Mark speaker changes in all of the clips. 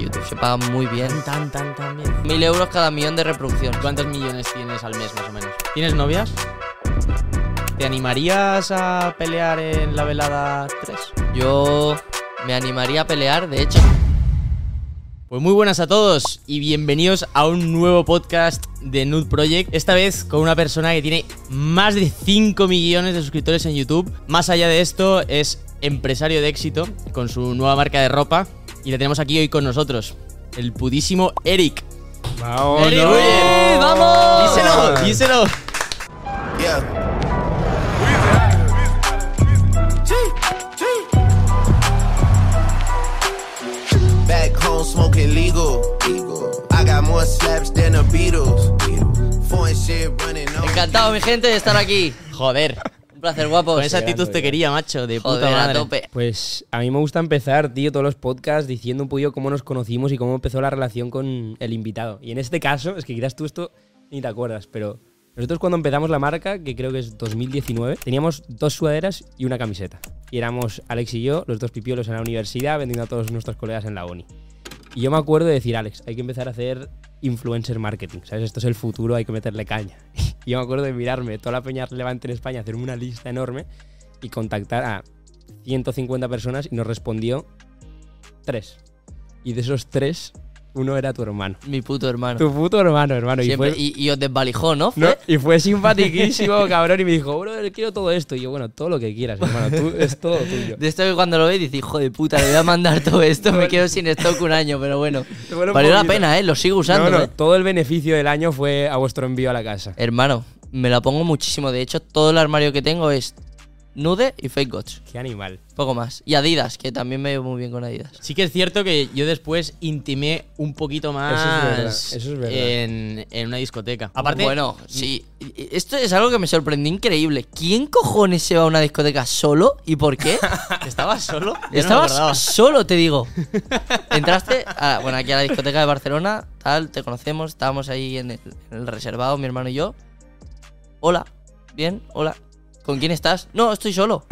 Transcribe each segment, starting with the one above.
Speaker 1: YouTube. Se paga muy bien.
Speaker 2: Tan, tan, tan bien.
Speaker 1: Mil euros cada millón de reproducciones.
Speaker 2: ¿Cuántos millones tienes al mes más o menos? ¿Tienes novias? ¿Te animarías a pelear en la velada 3?
Speaker 1: Yo me animaría a pelear, de hecho.
Speaker 2: Pues muy buenas a todos y bienvenidos a un nuevo podcast de Nude Project. Esta vez con una persona que tiene más de 5 millones de suscriptores en YouTube. Más allá de esto, es empresario de éxito con su nueva marca de ropa. Y la tenemos aquí hoy con nosotros, el pudísimo Eric.
Speaker 1: Oh,
Speaker 3: ¡Vamos!
Speaker 2: Eric Guyen,
Speaker 1: ¡Vamos!
Speaker 2: Díselo, díselo.
Speaker 4: Back home smoking legal. I got more slaps than the Beatles. Foreign shit running on.
Speaker 1: Encantado, mi gente, de estar aquí.
Speaker 2: Joder.
Speaker 1: Un placer, guapos.
Speaker 2: Con esa actitud
Speaker 3: llegando,
Speaker 2: te quería, macho, de puta
Speaker 1: Joder, a
Speaker 2: madre.
Speaker 1: tope.
Speaker 3: Pues a mí me gusta empezar, tío, todos los podcasts diciendo un poquillo cómo nos conocimos y cómo empezó la relación con el invitado. Y en este caso, es que quizás tú esto ni te acuerdas, pero nosotros cuando empezamos la marca, que creo que es 2019, teníamos dos sudaderas y una camiseta. Y éramos Alex y yo, los dos pipiolos en la universidad, vendiendo a todos nuestros colegas en la uni. Y yo me acuerdo de decir, Alex, hay que empezar a hacer influencer marketing, ¿sabes? Esto es el futuro, hay que meterle caña. Y yo me acuerdo de mirarme toda la peña relevante en España, hacerme una lista enorme y contactar a 150 personas y nos respondió tres. Y de esos tres, uno era tu hermano.
Speaker 1: Mi puto hermano.
Speaker 3: Tu puto hermano, hermano. Y
Speaker 1: Siempre-
Speaker 3: fue,
Speaker 1: y, y os desvalijó, ¿no?
Speaker 3: no, y fue simpaticísimo, cabrón, y me dijo, brother, quiero todo esto. Y yo, bueno, todo lo que quieras, hermano, tú, es todo tuyo.
Speaker 1: De esto que cuando lo veis dices, hijo de puta, le voy a mandar todo esto, me quedo sin stock un año, pero bueno.
Speaker 3: Te duele un
Speaker 1: Valió la
Speaker 3: poquito.
Speaker 1: pena, ¿eh? Lo sigo usando,
Speaker 3: No, no,
Speaker 1: ¿eh?
Speaker 3: todo el beneficio del año fue a vuestro envío a la casa.
Speaker 1: Hermano, me la pongo muchísimo. De hecho, todo el armario que tengo es nude y fake gods.
Speaker 3: Qué animal.
Speaker 1: Poco más. Y Adidas, que también me veo muy bien con Adidas.
Speaker 2: Sí que es cierto que yo después intimé un poquito más
Speaker 3: verdad, eso es verdad.
Speaker 2: En, en una discoteca. Aparte,
Speaker 1: Ah, bueno, sí. Esto es algo que me sorprendió increíble. ¿Quién cojones se va a una discoteca solo y por qué?
Speaker 2: ¿estabas solo? Yo no me
Speaker 1: Estabas
Speaker 2: acordaba.
Speaker 1: solo, te digo. Entraste, a- bueno, aquí a la discoteca de Barcelona, tal, te conocemos, estábamos ahí en el, en el reservado, mi hermano y yo. Hola, bien, hola. ¿Con quién estás? No, estoy solo.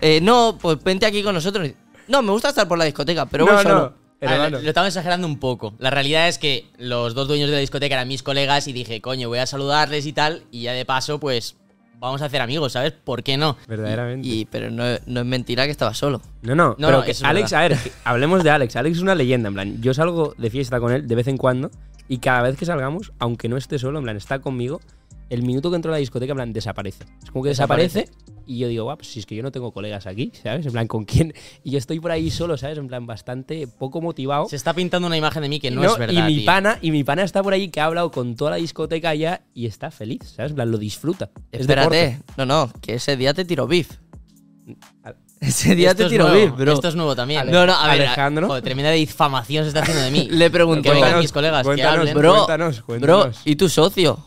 Speaker 1: Eh, no, pues vente aquí con nosotros. No, me gusta estar por la discoteca, pero voy solo. Ah,
Speaker 2: A ver,
Speaker 3: hermano.
Speaker 2: lo estaba exagerando un poco. La realidad es que los dos dueños de la discoteca eran mis colegas y dije, coño, voy a saludarles y tal. Y ya de paso, pues vamos a hacer amigos, ¿sabes? ¿Por qué no?
Speaker 3: Verdaderamente.
Speaker 1: Y, pero no, no es mentira que estaba solo.
Speaker 3: No, no,
Speaker 2: No,
Speaker 3: pero
Speaker 2: no,
Speaker 3: que
Speaker 2: eso es
Speaker 3: Alex, a ver, que hablemos de Alex. Alex es una leyenda, en plan. Yo salgo de fiesta con él de vez en cuando y cada vez que salgamos, aunque no esté solo, en plan, está conmigo, el minuto que entro a la discoteca, en plan, desaparece. Es como que desaparece, y yo digo, guau, pues si es que yo no tengo colegas aquí, ¿sabes? En plan, ¿con quién? Y yo estoy por ahí solo, ¿sabes? En plan, bastante poco motivado.
Speaker 2: Se está pintando una imagen de mí que no,
Speaker 3: ¿no?
Speaker 2: es verdad.
Speaker 3: y mi
Speaker 2: tío.
Speaker 3: pana y mi pana está por ahí que ha hablado con toda la discoteca ya y está feliz, ¿sabes? En plan, lo disfruta. Es deporte.
Speaker 1: Espérate, no, no, que ese día te tiró beef. Ese día
Speaker 2: Esto
Speaker 1: te
Speaker 2: es
Speaker 1: tiró
Speaker 2: nuevo,
Speaker 1: beef, bro.
Speaker 2: Esto es nuevo también.
Speaker 1: Ale- No, no, a ver,
Speaker 3: Alejandro.
Speaker 2: joder, tremenda difamación se está haciendo de mí.
Speaker 1: Le pregunté,
Speaker 2: Que vengan
Speaker 1: Cuéntanos,
Speaker 2: mis colegas, que
Speaker 3: cuéntanos,
Speaker 2: hablen.
Speaker 1: bro,
Speaker 3: Cuéntanos,
Speaker 1: Bro,
Speaker 3: cuéntanos.
Speaker 1: ¿y tu socio?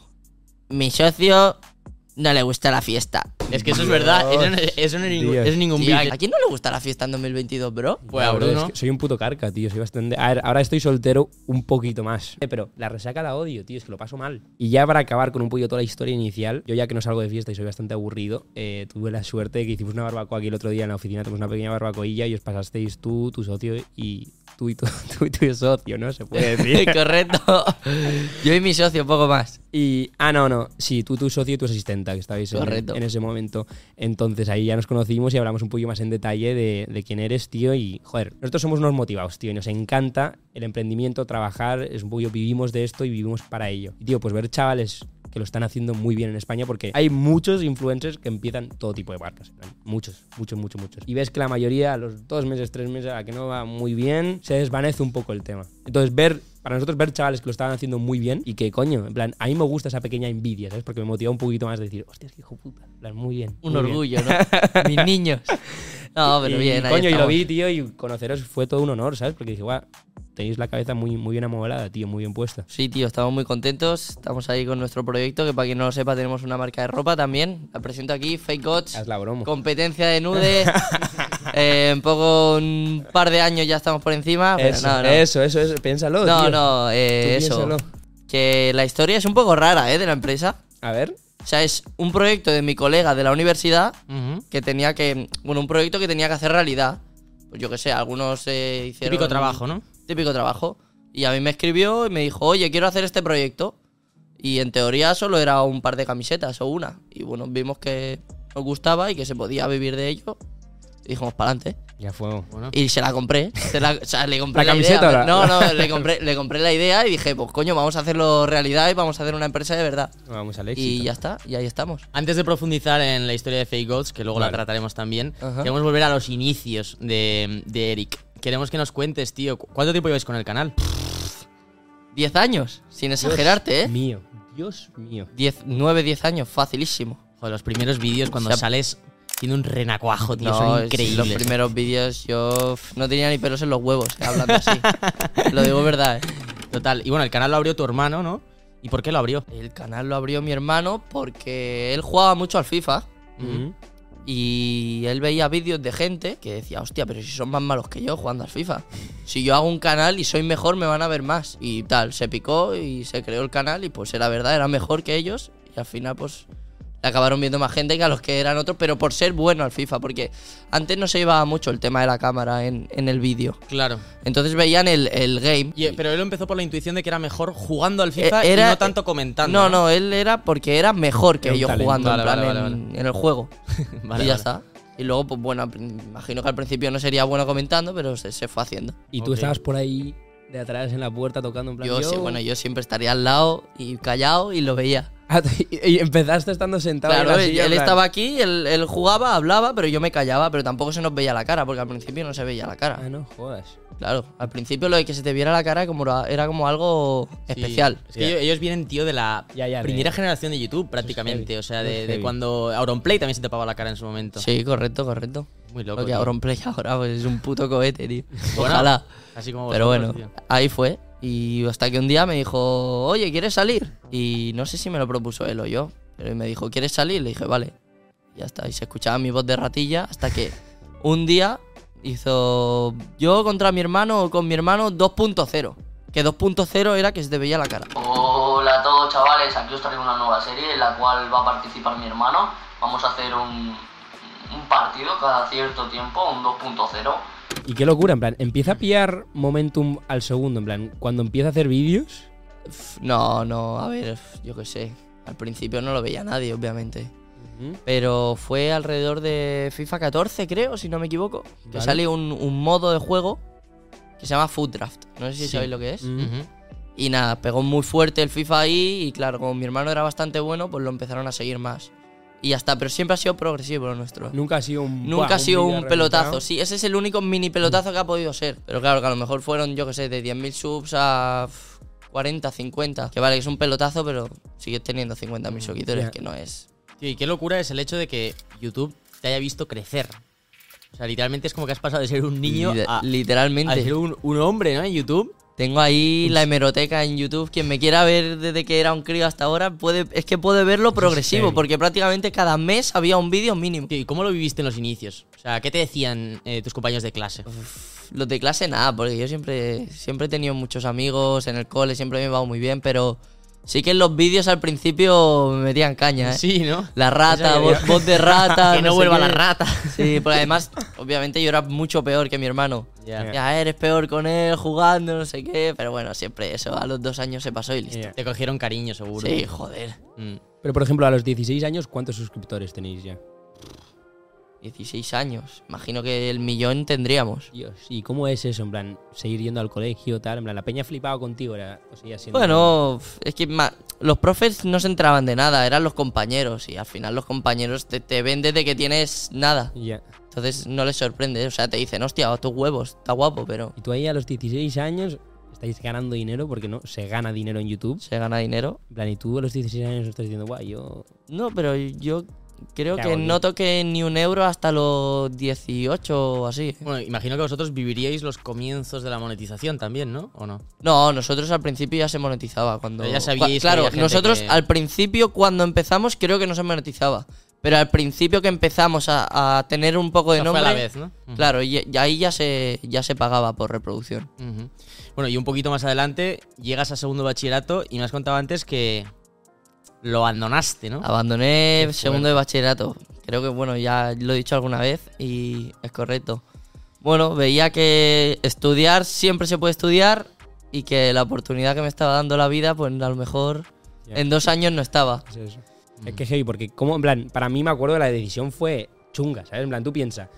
Speaker 1: Mi socio no le gusta la fiesta.
Speaker 2: Es que eso es verdad. Eso no es, eso no es ningún,
Speaker 3: Dios.
Speaker 2: es ningún
Speaker 1: Tío,
Speaker 2: beef.
Speaker 1: ¿A quién no le gusta la fiesta en 2022, bro?
Speaker 2: Pues a
Speaker 3: Ya, bro, es
Speaker 2: Bruno.
Speaker 3: que soy un puto carca, tío. Soy bastante. A ver, ahora estoy soltero un poquito más. Eh, Pero la resaca la odio, tío. Es que lo paso mal. Y ya para acabar con un poquito toda la historia inicial, yo ya que no salgo de fiesta y soy bastante aburrido, eh, tuve la suerte de que hicimos una barbacoa aquí el otro día en la oficina. Tuvimos una pequeña barbacoilla y os pasasteis tú, tu socio y tú y tu, tú y tu socio, ¿no? Se puede decir.
Speaker 1: Correcto. Yo y mi socio, poco más.
Speaker 3: Y, ah, no, no. Sí, tú, tu socio y tu asistenta, que estabais en,
Speaker 1: Correcto.
Speaker 3: en ese momento. Entonces ahí ya nos conocimos y hablamos un poquillo más en detalle de, de quién eres, tío. Y, joder, nosotros somos unos motivados, tío. Y nos encanta el emprendimiento, trabajar. Es un poquillo, vivimos de esto y vivimos para ello. Y, tío, pues ver chavales que lo están haciendo muy bien en España porque hay muchos influencers que empiezan todo tipo de marcas. en plan, Muchos, muchos, muchos, muchos. Y ves que la mayoría, a los dos meses, tres meses, a la que no va muy bien, se desvanece un poco el tema. Entonces, ver, para nosotros ver chavales que lo estaban haciendo muy bien y que, coño, en plan, a mí me gusta esa pequeña envidia, ¿sabes? Porque me motiva un poquito más de decir, hostias, qué hijo puta. En plan, muy bien.
Speaker 1: Un
Speaker 3: muy bien".
Speaker 1: orgullo, ¿no? Mis niños. No, pero
Speaker 3: y,
Speaker 1: bien, ahí
Speaker 3: coño, y lo
Speaker 1: estamos.
Speaker 3: vi, tío, y conoceros fue todo un honor, ¿sabes? Porque dije, guau, tenéis la cabeza muy, muy bien amovelada, tío, muy bien puesta.
Speaker 1: Sí, tío, estamos muy contentos. Estamos ahí con nuestro proyecto, que para quien no lo sepa, tenemos una marca de ropa también. La presento aquí, Fake Gods.
Speaker 3: Haz la broma.
Speaker 1: Competencia de nude. Eh, en poco, un par de años ya estamos por encima. Ah, pero
Speaker 3: Eso,
Speaker 1: no, no.
Speaker 3: eso, eso, eso, piénsalo,
Speaker 1: No,
Speaker 3: tío.
Speaker 1: no, eh,
Speaker 3: Tú
Speaker 1: eso.
Speaker 3: piénsalo.
Speaker 1: Que la historia es un poco rara, ¿eh? De la empresa.
Speaker 3: A ver.
Speaker 1: O sea, es un proyecto de mi colega de la universidad
Speaker 2: Ujú.
Speaker 1: que tenía que. Bueno, un proyecto que tenía que hacer realidad. Pues yo qué sé, algunos eh, hicieron.
Speaker 2: Típico trabajo, ¿no?
Speaker 1: típico trabajo. Y a mí me escribió y me dijo, oye, quiero hacer este proyecto. Y en teoría solo era un par de camisetas o una. Y bueno, vimos que nos gustaba y que se podía vivir de ello. Y dijimos, para adelante.
Speaker 3: Ya fuego.
Speaker 2: Bueno,
Speaker 1: Y se la compré. se la- o sea, le compré
Speaker 3: Ah. ¿La
Speaker 1: la,
Speaker 3: camiseta
Speaker 1: idea.
Speaker 3: o la-
Speaker 1: No, no, le compré, le compré la idea y dije, pues coño, vamos a hacerlo realidad y vamos a hacer una empresa de verdad.
Speaker 3: Vamos al
Speaker 1: Y
Speaker 3: éxito.
Speaker 1: ya está, y ahí estamos.
Speaker 2: Antes de profundizar en la historia de Fake Gods, que luego la
Speaker 3: Vale.
Speaker 2: trataremos también,
Speaker 1: Ajá.
Speaker 2: queremos volver a los inicios de, de Eric. Queremos que nos cuentes, tío, ¿cu- ¿cuánto tiempo lleváis con el canal?
Speaker 1: 10 años, sin exagerarte, ¿eh?
Speaker 3: Mío. Dios mío.
Speaker 1: 10, 9, 10 años, facilísimo.
Speaker 2: Joder, los primeros vídeos cuando
Speaker 1: O sea,
Speaker 2: sales tiene un renacuajo, tío,
Speaker 1: No,
Speaker 2: son
Speaker 1: es-
Speaker 2: increíbles.
Speaker 1: Los primeros vídeos yo pf, no tenía ni pelos en los huevos, eh, hablando así. lo digo verdad, eh.
Speaker 2: Total, y bueno, el canal lo abrió tu hermano, ¿no? ¿Y por qué lo abrió?
Speaker 1: El canal lo abrió mi hermano porque él jugaba mucho al FIFA
Speaker 3: Ujú.
Speaker 1: y él veía vídeos de gente que decía, hostia, pero si son más malos que yo jugando al FIFA. Si yo hago un canal y soy mejor, me van a ver más. Y tal, se picó y se creó el canal y pues era verdad, era mejor que ellos y al final pues le acabaron viendo más gente que a los que eran otros, pero por ser bueno al FIFA, porque antes no se llevaba mucho el tema de la cámara en, en el vídeo.
Speaker 2: Claro.
Speaker 1: Entonces veían el, el game.
Speaker 2: pero él empezó por la intuición de que era mejor jugando al FIFA
Speaker 1: Eh,
Speaker 2: y no tanto comentando.
Speaker 1: No, no, él era porque era mejor que
Speaker 3: Era un
Speaker 1: yo
Speaker 3: talento.
Speaker 1: jugando
Speaker 2: Vale,
Speaker 1: en, plan,
Speaker 2: vale, vale,
Speaker 1: en- en el juego.
Speaker 2: Vale,
Speaker 1: y ya
Speaker 2: vale.
Speaker 1: está. Y luego, pues bueno, al prin- imagino que al principio no sería bueno comentando, pero se, se fue haciendo.
Speaker 3: Y tú
Speaker 2: Ok.
Speaker 3: estabas por ahí de atrás en la puerta tocando en plan.
Speaker 1: Yo, sí,
Speaker 3: "Yo".
Speaker 1: bueno, yo siempre estaría al lado y callado y lo veía.
Speaker 3: Ah, y y empezaste estando sentado. en
Speaker 1: Claro,
Speaker 3: la
Speaker 1: él,
Speaker 3: silla, en
Speaker 1: él
Speaker 3: plan,
Speaker 1: estaba aquí, él, él jugaba, hablaba, pero yo me callaba, pero tampoco se nos veía la cara, porque al principio no se veía la cara.
Speaker 3: Ah, no jodas.
Speaker 1: Claro, al principio lo de que se te viera la cara como era, era como algo
Speaker 2: Sí.
Speaker 1: especial.
Speaker 2: Es que ellos, ellos vienen, tío, de la
Speaker 3: Ya, ya, de-
Speaker 2: primera generación de YouTube, prácticamente.
Speaker 3: heavy.
Speaker 2: O sea,
Speaker 3: Eso es
Speaker 2: de, de
Speaker 3: heavy.
Speaker 2: cuando Auronplay también se tapaba la cara en su momento.
Speaker 1: Sí, correcto, correcto.
Speaker 2: Muy loco.
Speaker 1: Lo que
Speaker 2: tío.
Speaker 1: Auronplay ahora pues, es un puto cohete, tío.
Speaker 2: Bueno,
Speaker 1: Ojalá.
Speaker 2: Así como
Speaker 1: Pero bueno,
Speaker 2: vosotros, tío.
Speaker 1: ahí fue. Y hasta que un día me dijo, oye, ¿quieres salir? Y no sé si me lo propuso él o yo, pero me dijo, ¿quieres salir? Le dije, vale. Y ya está. Y se escuchaba mi voz de ratilla hasta que un día hizo yo contra mi hermano o con mi hermano 2.0. Que 2.0 era que se te veía la cara.
Speaker 5: Hola a todos chavales, aquí os traigo una nueva serie en la cual va a participar mi hermano. Vamos a hacer un, un partido cada cierto tiempo, un 2.0.
Speaker 3: Y qué locura, en plan, empieza a pillar momentum al segundo, en plan, cuando empieza a hacer vídeos.
Speaker 1: Pf, No, no, a ver, pf, yo qué sé. Al principio no lo veía nadie, obviamente. Pero fue alrededor de FIFA 14, creo, si no me equivoco. Que
Speaker 3: Vale.
Speaker 1: sale un, un modo de juego que se llama Food Draft. No sé si
Speaker 2: Sí.
Speaker 1: sabéis lo que es.
Speaker 3: Mm.
Speaker 2: Ujú.
Speaker 1: Y nada, pegó muy fuerte el FIFA ahí. Y claro, como mi hermano era bastante bueno, pues lo empezaron a seguir más. Y hasta, pero siempre ha sido progresivo lo nuestro.
Speaker 3: Nunca ha sido un.
Speaker 1: Nunca
Speaker 3: buah,
Speaker 1: ha sido
Speaker 3: vídeo Mm.
Speaker 1: un pelotazo.
Speaker 3: reventado.
Speaker 1: Sí, ese es el único mini pelotazo que ha podido ser. Pero claro, que a lo mejor fueron, yo que sé, de 10.000 subs a pf, 40, 50. Que vale, que es un pelotazo, pero sigue teniendo 50.000 seguidores,
Speaker 3: Mm, Ya.
Speaker 1: que no es
Speaker 2: Tío, y qué locura es el hecho de que YouTube te haya visto crecer. O sea, literalmente es como que has pasado de ser un niño
Speaker 1: Lide-
Speaker 2: a, a
Speaker 1: literalmente.
Speaker 2: ser un, un hombre, ¿no? En YouTube.
Speaker 1: Tengo ahí la hemeroteca en YouTube. Quien me quiera ver desde que era un crío hasta ahora, puede, es que puede verlo progresivo,
Speaker 3: heavy.
Speaker 1: porque prácticamente cada mes había un vídeo mínimo.
Speaker 2: Tío, ¿y cómo lo viviste en los inicios? O sea, ¿qué te decían eh, tus compañeros de clase?
Speaker 1: Los de clase nada, porque yo siempre, siempre he tenido muchos amigos en el cole, siempre me he llevado muy bien, pero sí que en los vídeos al principio me metían caña, ¿eh?
Speaker 2: Sí, ¿no?
Speaker 1: La rata,
Speaker 2: Eso
Speaker 1: voz, voz de rata.
Speaker 2: Que no
Speaker 1: sé
Speaker 2: vuelva
Speaker 1: qué.
Speaker 2: la rata.
Speaker 1: Sí, porque además, obviamente yo era mucho peor que mi hermano.
Speaker 2: Ya.
Speaker 1: Ya eres peor con él, jugando, no sé qué, pero bueno, siempre eso, a los dos años se pasó y listo.
Speaker 3: Ya.
Speaker 2: Te cogieron cariño, seguro.
Speaker 1: Sí, joder.
Speaker 2: Mm.
Speaker 3: Pero por ejemplo, a los 16 años, ¿cuántos suscriptores tenéis ya?
Speaker 1: 16 años. Imagino que el millón tendríamos.
Speaker 3: Dios, ¿y cómo es eso? En plan, seguir yendo al colegio, tal. En plan, la peña flipaba contigo, era. O sea, siendo-
Speaker 1: Bueno, es que ma- los profes no se enteraban de nada, eran los compañeros. Y al final los compañeros te, te ven desde que tienes nada.
Speaker 3: Ya.
Speaker 1: Entonces no les sorprende. O sea, te dicen, hostia, tus huevos, está guapo, pero
Speaker 3: Y tú ahí a los 16 años estáis ganando dinero, porque no se gana dinero en YouTube.
Speaker 1: se gana dinero.
Speaker 3: En plan, y tú a los 16 años estás diciendo, guay, yo.
Speaker 1: No, pero yo creo
Speaker 3: Te
Speaker 1: que
Speaker 3: hago bien.
Speaker 1: no toqué ni un euro hasta los 18 o así. ¿eh?
Speaker 2: Bueno, imagino que vosotros viviríais los comienzos de la monetización también, ¿no? ¿O no?
Speaker 1: No, nosotros al principio ya se monetizaba cuando.
Speaker 2: Pero ya sabíais
Speaker 1: cua-
Speaker 2: que
Speaker 1: Claro,
Speaker 2: había gente
Speaker 1: nosotros
Speaker 2: que-
Speaker 1: al principio cuando empezamos creo que no se monetizaba. Pero al principio que empezamos a, a tener un poco de
Speaker 2: O sea, fue
Speaker 1: nombre.
Speaker 2: a la vez, ¿no? Ujú.
Speaker 1: Claro, y, y ahí ya se, ya se pagaba por reproducción.
Speaker 2: Ujú. Bueno, y un poquito más adelante llegas a segundo bachillerato y me has contado antes que lo abandonaste, ¿no?
Speaker 1: Ah, Abandoné
Speaker 2: Qué
Speaker 1: segundo de bachillerato. Creo que, bueno, ya lo he dicho alguna vez y es correcto. bueno, veía que estudiar siempre se puede estudiar y que la oportunidad que me estaba dando la vida, pues a lo mejor
Speaker 3: Ya.
Speaker 1: en dos años no estaba.
Speaker 3: Es eso. Es que heavy, porque como, en plan, para mí me acuerdo la decisión fue chunga, ¿sabes? En plan, tú piensas,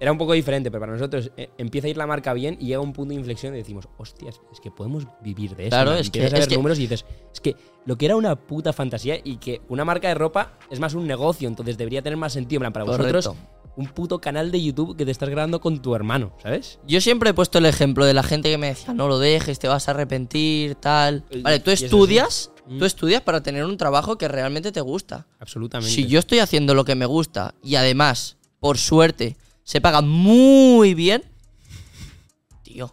Speaker 3: era un poco diferente, pero para nosotros eh, empieza a ir la marca bien y llega un punto de inflexión y decimos, hostias, es que podemos vivir de eso.
Speaker 1: Claro,
Speaker 3: ¿no?
Speaker 1: es que-
Speaker 3: Empiezas a
Speaker 1: es
Speaker 3: ver
Speaker 1: que-
Speaker 3: números y dices, es que lo que era una puta fantasía y que una marca de ropa es más un negocio, entonces debería tener más sentido. En plan, para vosotros, un puto canal de YouTube que te estás grabando con tu hermano, ¿sabes?
Speaker 1: Yo siempre he puesto el ejemplo de la gente que me decía, no lo dejes, te vas a arrepentir, tal.
Speaker 3: Y-
Speaker 1: Vale, tú
Speaker 3: y eso sí.
Speaker 1: estudias,
Speaker 3: Mm.
Speaker 1: tú estudias para tener un trabajo que realmente te gusta.
Speaker 3: Absolutamente.
Speaker 1: Si yo estoy haciendo lo que me gusta y además, por suerte, se paga muy bien, tío,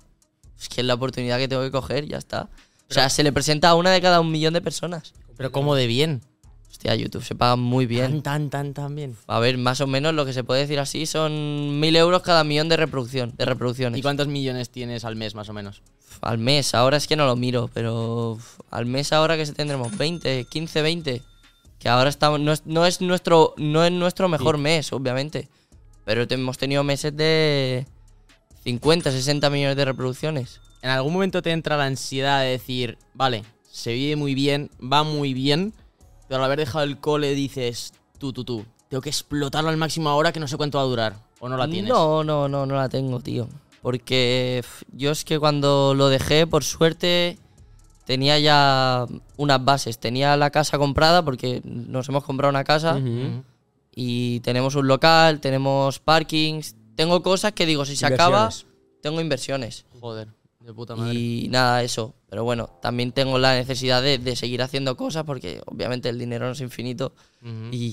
Speaker 1: es que es la oportunidad que tengo que coger, ya está. O sea, se le presenta a una de cada un millón de personas.
Speaker 2: Pero como de bien.
Speaker 1: Hostia, YouTube se paga muy
Speaker 2: Tan,
Speaker 1: bien.
Speaker 2: tan, tan, tan bien.
Speaker 1: A ver, más o menos lo que se puede decir así son mil euros cada millón de reproducción, de reproducciones.
Speaker 2: ¿Y cuántos millones tienes al mes, más o menos?
Speaker 1: Al mes, ahora es que no lo miro, pero uf, al mes ahora que se tendremos 20, 15, 20. Que ahora estamos, no es, no es nuestro, no es nuestro mejor mes, obviamente. Pero te- hemos tenido meses de 50, 60 millones de reproducciones.
Speaker 2: ¿En algún momento te entra la ansiedad de decir, vale, se vive muy bien, va muy bien, pero al haber dejado el cole dices, tú, tú, tú, tengo que explotarlo al máximo ahora que no sé cuánto va a durar? ¿O no la tienes?
Speaker 1: No, no, no, no la tengo, tío. Porque uf, yo es que cuando lo dejé, por suerte, tenía ya unas bases. Tenía la casa comprada porque nos hemos comprado una casa.
Speaker 3: Ujú.
Speaker 1: y tenemos un local, tenemos parkings, tengo cosas que digo, si se acaba, tengo inversiones.
Speaker 2: Joder, de puta madre.
Speaker 1: Y nada, eso. Pero bueno, también tengo la necesidad de, de seguir haciendo cosas porque obviamente el dinero no es infinito
Speaker 2: Ujú.
Speaker 1: y,